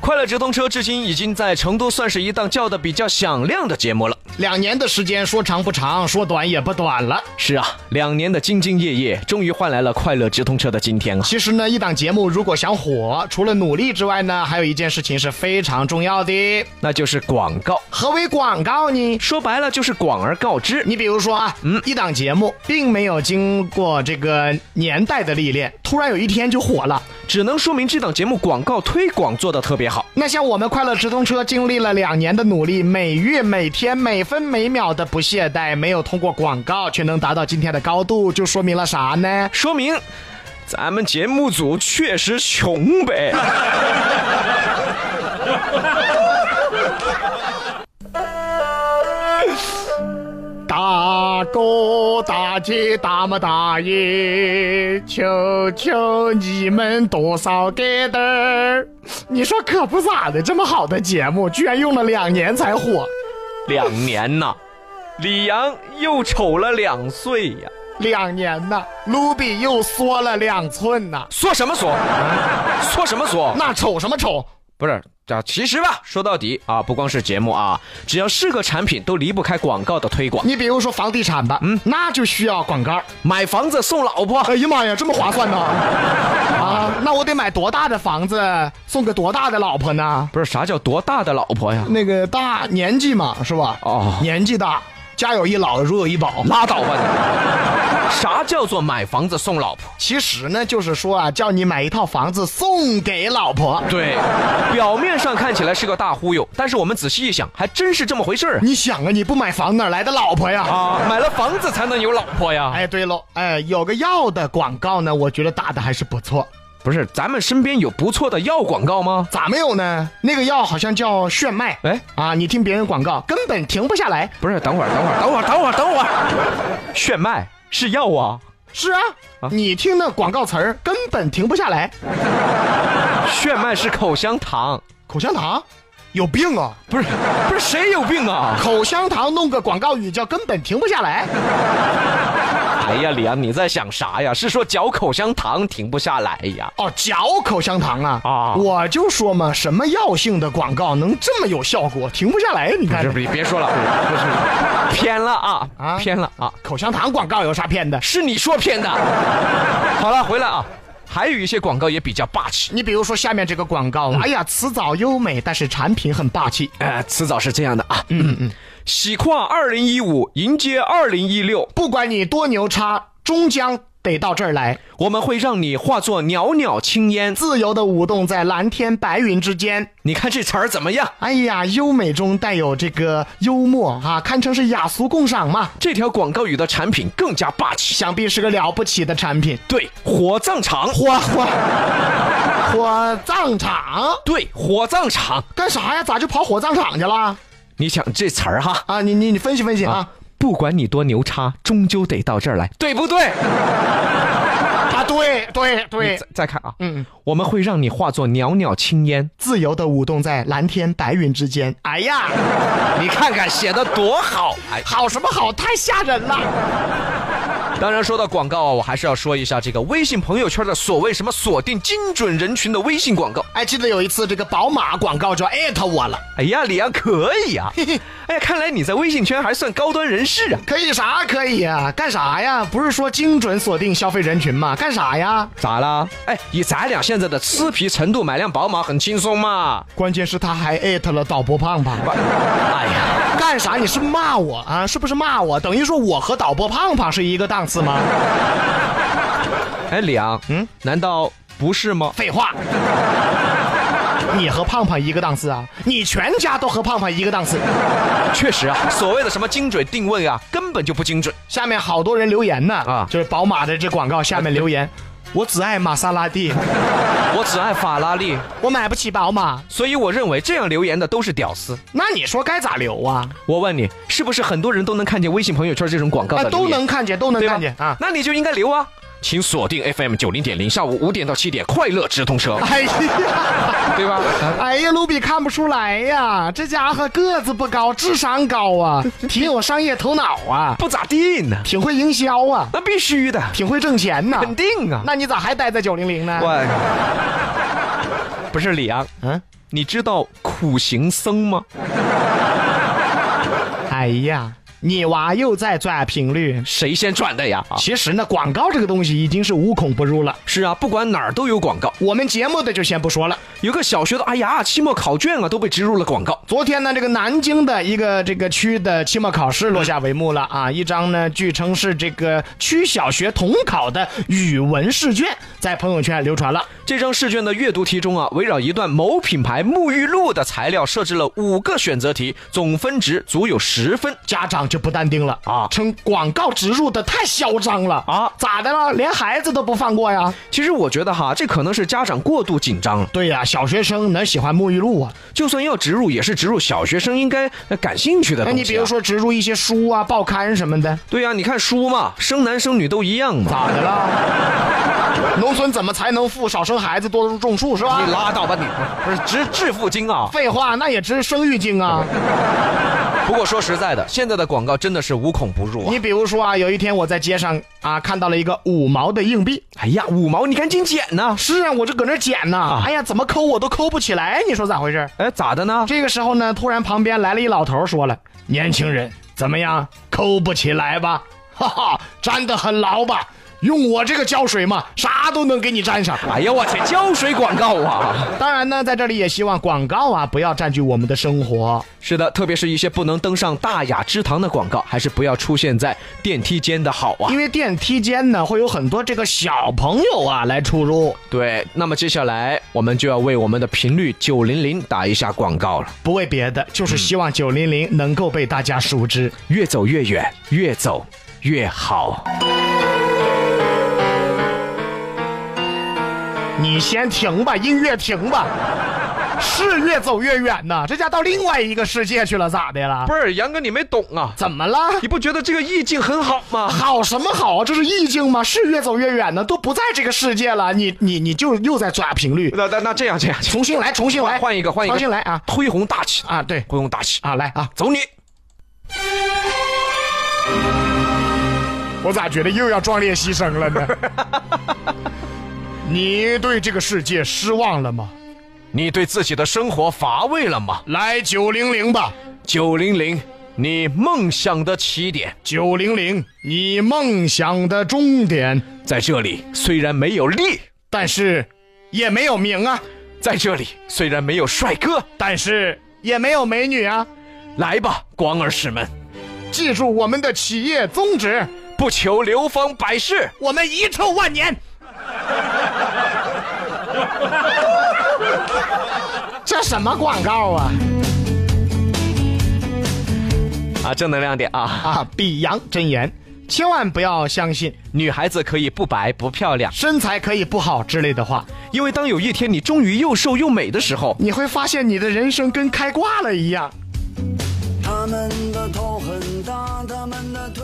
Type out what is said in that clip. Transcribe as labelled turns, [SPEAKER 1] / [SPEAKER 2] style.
[SPEAKER 1] 快乐直通车》至今已经在成都算是一档叫的比较响亮的节目了。
[SPEAKER 2] 两年的时间说长不长，说短也不短了。
[SPEAKER 1] 是啊，两年的兢兢业业，终于换来了《快乐直通车》的今天啊！
[SPEAKER 2] 其实呢，一档节目如果想火，除了努力之外呢，还有一件事情是非常重要的。
[SPEAKER 1] 那就是广告，
[SPEAKER 2] 何为广告呢？
[SPEAKER 1] 说白了就是广而告之。
[SPEAKER 2] 你比如说啊，嗯，一档节目并没有经过这个年代的历练，突然有一天就火了。
[SPEAKER 1] 只能说明这档节目广告推广做得特别好。
[SPEAKER 2] 那像我们快乐直通车经历了两年的努力，每月、每天、每分每秒的不懈怠，没有通过广告却能达到今天的高度，就说明了啥呢？
[SPEAKER 1] 说明咱们节目组确实穷呗。
[SPEAKER 2] 大哥、大姐、大妈、大爷，求求你们多少给点儿！你说可不咋的，这么好的节目，居然用了两年才火。
[SPEAKER 1] 两年呐、李阳又丑了两岁呀、
[SPEAKER 2] 两年呐，卢比又缩了两寸呐。
[SPEAKER 1] 说什么说？说什么说？
[SPEAKER 2] 那丑什么丑？
[SPEAKER 1] 不是，这其实吧，说到底啊，不光是节目啊，只要是个产品，都离不开广告的推广。
[SPEAKER 2] 你比如说房地产吧，嗯，那就需要广告。
[SPEAKER 1] 买房子送老婆，
[SPEAKER 2] 哎呀妈呀，这么划算呢！ 啊，那我得买多大的房子，送个多大的老婆呢？
[SPEAKER 1] 不是啥叫多大的老婆呀？
[SPEAKER 2] 那个大年纪嘛，是吧？
[SPEAKER 1] 哦
[SPEAKER 2] 年纪大，家有一老，如有一宝。
[SPEAKER 1] 拉倒吧你！啥叫做买房子送老婆？
[SPEAKER 2] 其实呢，就是说啊，叫你买一套房子送给老婆。
[SPEAKER 1] 对，表面上看起来是个大忽悠，但是我们仔细一想，还真是这么回事儿
[SPEAKER 2] 你想啊，你不买房哪来的老婆呀？
[SPEAKER 1] 啊！啊，买了房子才能有老婆呀！
[SPEAKER 2] 哎，对喽，哎，有个药的广告呢，我觉得打的还是不错。
[SPEAKER 1] 不是，咱们身边有不错的药广告吗？
[SPEAKER 2] 咋没有呢？那个药好像叫炫迈。
[SPEAKER 1] 哎
[SPEAKER 2] 啊，你听别人广告根本停不下来。
[SPEAKER 1] 不是，等会儿，等会儿，等会儿，等会儿，等会儿，炫迈是药啊，
[SPEAKER 2] 是啊，你听那广告词儿根本停不下来。
[SPEAKER 1] 炫迈是口香糖，
[SPEAKER 2] 口香糖，有病啊！
[SPEAKER 1] 不是，不是谁有病啊？
[SPEAKER 2] 口香糖弄个广告语叫根本停不下来。
[SPEAKER 1] 哎呀，李阳，你在想啥呀？是说嚼口香糖停不下来呀？
[SPEAKER 2] 哦，嚼口香糖啊！
[SPEAKER 1] 啊
[SPEAKER 2] 我就说嘛，什么药性的广告能这么有效果？停不下来，你
[SPEAKER 1] 不
[SPEAKER 2] 看
[SPEAKER 1] 是，不是，别说了，不是，偏了啊，
[SPEAKER 2] 啊
[SPEAKER 1] 偏了啊，
[SPEAKER 2] 口香糖广告有啥骗的？
[SPEAKER 1] 是你说偏的。好了，回来啊，还有一些广告也比较霸气。
[SPEAKER 2] 你比如说下面这个广告，
[SPEAKER 1] 嗯
[SPEAKER 2] 哎呀，词藻优美，但是产品很霸气。
[SPEAKER 1] 呃，迟早是这样的啊。嗯嗯。喜跨二零一五，迎接二零一六，
[SPEAKER 2] 不管你多牛叉，终将得到这儿来，
[SPEAKER 1] 我们会让你化作袅袅青烟。
[SPEAKER 2] 自由的舞动在蓝天白云之间。
[SPEAKER 1] 你看这词儿怎么样？
[SPEAKER 2] 哎呀，优美中带有这个幽默啊，堪称是雅俗共赏嘛。
[SPEAKER 1] 这条广告语的产品更加霸气。
[SPEAKER 2] 想必是个了不起的产品。
[SPEAKER 1] 对，火葬场。
[SPEAKER 2] 火火火葬场
[SPEAKER 1] 对，火葬场。
[SPEAKER 2] 干啥呀？咋就跑火葬场去了？
[SPEAKER 1] 你想这词儿哈，
[SPEAKER 2] 啊，你你你分析分析啊！
[SPEAKER 1] 不管你多牛叉，终究得到这儿来，对不对？
[SPEAKER 2] 啊，对对对
[SPEAKER 1] 再，再看啊，
[SPEAKER 2] 嗯，
[SPEAKER 1] 我们会让你化作袅袅青烟。
[SPEAKER 2] 自由的舞动在蓝天白云之间。哎呀，
[SPEAKER 1] 你看看写的多好！哎，
[SPEAKER 2] 好什么好？太吓人了！
[SPEAKER 1] 当然说到广告啊，我还是要说一下这个微信朋友圈的所谓什么锁定精准人群的微信广告。
[SPEAKER 2] 哎，记得有一次这个宝马广告就艾特我了，
[SPEAKER 1] 哎呀，李阳可以 啊
[SPEAKER 2] 嘿嘿！
[SPEAKER 1] 哎呀，看来你在微信圈还算高端人士啊。
[SPEAKER 2] 可以啥可以啊？干啥呀？不是说精准锁定消费人群吗？干啥呀？
[SPEAKER 1] 咋啦？哎，以咱俩现在的吃皮程度，买辆宝马很轻松嘛。
[SPEAKER 2] 关键是他还艾特了导播胖胖。
[SPEAKER 1] 哎呀，
[SPEAKER 2] 干啥？你是骂我啊？是不是骂我？等于说我和导播胖胖是一个档次吗？
[SPEAKER 1] 哎，李阳，嗯，难道不是吗？
[SPEAKER 2] 废话， 你和胖胖一个档次啊？你全家都和胖胖一个档次。
[SPEAKER 1] 确实啊，所谓的什么精准定位啊，根本就不精准。
[SPEAKER 2] 下面好多人留言呢
[SPEAKER 1] 啊
[SPEAKER 2] 就是宝马的这广告下面留言，我只爱玛莎拉蒂，
[SPEAKER 1] 我只爱法拉利，
[SPEAKER 2] 我买不起宝马。
[SPEAKER 1] 所以我认为这样留言的都是屌丝。
[SPEAKER 2] 那你说该咋留啊？
[SPEAKER 1] 我问你，是不是很多人都能看见微信朋友圈这种广告
[SPEAKER 2] 啊，
[SPEAKER 1] 的留
[SPEAKER 2] 都
[SPEAKER 1] 言、
[SPEAKER 2] 能看见，都能
[SPEAKER 1] 对吧
[SPEAKER 2] 看见啊。
[SPEAKER 1] 那你就应该留啊。请锁定 FM 九零点零，下午五点到七点，快乐直通 车，
[SPEAKER 2] 哎呀，
[SPEAKER 1] 对吧？
[SPEAKER 2] 哎呀，卢比看不出来呀，这家伙个子不高，智商高啊，挺有商业头脑啊，
[SPEAKER 1] 不咋地呢，
[SPEAKER 2] 挺会营销啊，
[SPEAKER 1] 那必须的，
[SPEAKER 2] 挺会挣钱呐、
[SPEAKER 1] 肯定啊。
[SPEAKER 2] 那你咋还待在九零零呢？
[SPEAKER 1] 我不是李阳，
[SPEAKER 2] 嗯，
[SPEAKER 1] 你知道苦行僧吗？
[SPEAKER 2] 哎呀，你娃又在转频率。
[SPEAKER 1] 谁先转的呀？
[SPEAKER 2] 其实呢，广告这个东西已经是无孔不入了。
[SPEAKER 1] 是啊，不管哪儿都有广告。
[SPEAKER 2] 我们节目的就先不说了。
[SPEAKER 1] 有个小学的，哎呀，期末考卷啊都被植入了广告。
[SPEAKER 2] 昨天呢，这个南京的一个这个区的期末考试落下帷幕了啊！一张呢，据称是这个区小学统考的语文试卷，在朋友圈流传了。
[SPEAKER 1] 这张试卷的阅读题中啊，围绕一段某品牌沐浴露的材料设置了五个选择题，总分值足有十分。
[SPEAKER 2] 家长就不淡定了
[SPEAKER 1] 啊
[SPEAKER 2] 称广告植入的太嚣张了
[SPEAKER 1] 啊
[SPEAKER 2] 咋的了？连孩子都不放过呀？
[SPEAKER 1] 其实我觉得哈，这可能是家长过度紧张了。
[SPEAKER 2] 对呀、小学生哪喜欢沐浴露啊？
[SPEAKER 1] 就算要植入，也是植入小学生应该呃感兴趣的
[SPEAKER 2] 那
[SPEAKER 1] 东西、
[SPEAKER 2] 哎你比如，说植入一些书啊、报刊什么的，
[SPEAKER 1] 对呀、你看书嘛，生男生女都一样嘛。
[SPEAKER 2] 咋的了？农村怎么才能富？少生孩子，多种树是吧？
[SPEAKER 1] 你拉倒吧你，不是植致富经啊！
[SPEAKER 2] 废话，那也值生育经啊！
[SPEAKER 1] 不过说实在的，现在的广告真的是无孔不入啊！
[SPEAKER 2] 你比如说啊，有一天我在街上啊看到了一个五毛的硬币，
[SPEAKER 1] 哎呀，五毛，你赶紧捡呐！
[SPEAKER 2] 是啊，我就搁那儿捡呢，哎呀，怎么抠我都抠不起来，你说咋回事？
[SPEAKER 1] 哎，咋的呢？
[SPEAKER 2] 这个时候呢，突然旁边来了一老头，说了：“年轻人，怎么样，抠不起来吧？哈哈，粘得很牢吧？用我这个胶水嘛，啥都能给你粘上。”
[SPEAKER 1] 哎呀，我去，胶水广告啊！
[SPEAKER 2] 当然呢，在这里也希望广告啊不要占据我们的生活。
[SPEAKER 1] 是的，特别是一些不能登上大雅之堂的广告，还是不要出现在电梯间的好啊
[SPEAKER 2] 因。为电梯间呢会有很多这个小朋友啊来出入，
[SPEAKER 1] 对，那么接下来我们就要为我们的频率九零零打一下广告了。
[SPEAKER 2] 不为别的，就是希望九零零能够被大家熟知。
[SPEAKER 1] 越走越远，越走越好。嗯
[SPEAKER 2] 你先停吧，音乐停吧，是越走越远呐，这家到另外一个世界去了，咋的了？
[SPEAKER 1] 不是杨哥，你没懂啊？
[SPEAKER 2] 怎么了？
[SPEAKER 1] 你不觉得这个意境很好吗？
[SPEAKER 2] 好什么好？啊这是意境吗？是越走越远呢，都不在这个世界了，你你你就又在抓频率，
[SPEAKER 1] 那那那这样这样，
[SPEAKER 2] 重新来，重新来，
[SPEAKER 1] 换一个换一个
[SPEAKER 2] 重新来啊
[SPEAKER 1] 恢宏大气，
[SPEAKER 2] 啊！对
[SPEAKER 1] 恢宏大气，
[SPEAKER 2] 啊，来啊！
[SPEAKER 1] 走你！
[SPEAKER 2] 我咋觉得又要壮烈牺牲了呢？你对这个世界失望了吗？
[SPEAKER 1] 你对自己的生活乏味了吗？
[SPEAKER 2] 来九零零吧，
[SPEAKER 1] 九零零，你梦想的起点
[SPEAKER 2] 九零零，你梦想的终点，
[SPEAKER 1] 在这里，虽然没有力，
[SPEAKER 2] 但是也没有名啊，
[SPEAKER 1] 在这里虽然没有帅哥，
[SPEAKER 2] 但是也没有美女啊。
[SPEAKER 1] 来吧，广儿使们，
[SPEAKER 2] 记住我们的企业宗旨，
[SPEAKER 1] 不求流芳百世，
[SPEAKER 2] 我们遗臭万年。这什么广告啊？
[SPEAKER 1] 啊，正能量点啊！
[SPEAKER 2] 啊，比洋真言，千万不要相信
[SPEAKER 1] 女孩子可以不白不漂亮，
[SPEAKER 2] 身材可以不好之类的话。
[SPEAKER 1] 因为当有一天你终于又瘦又美的时候，
[SPEAKER 2] 你会发现你的人生跟开挂了一样。
[SPEAKER 3] 他们的头很大，他们的腿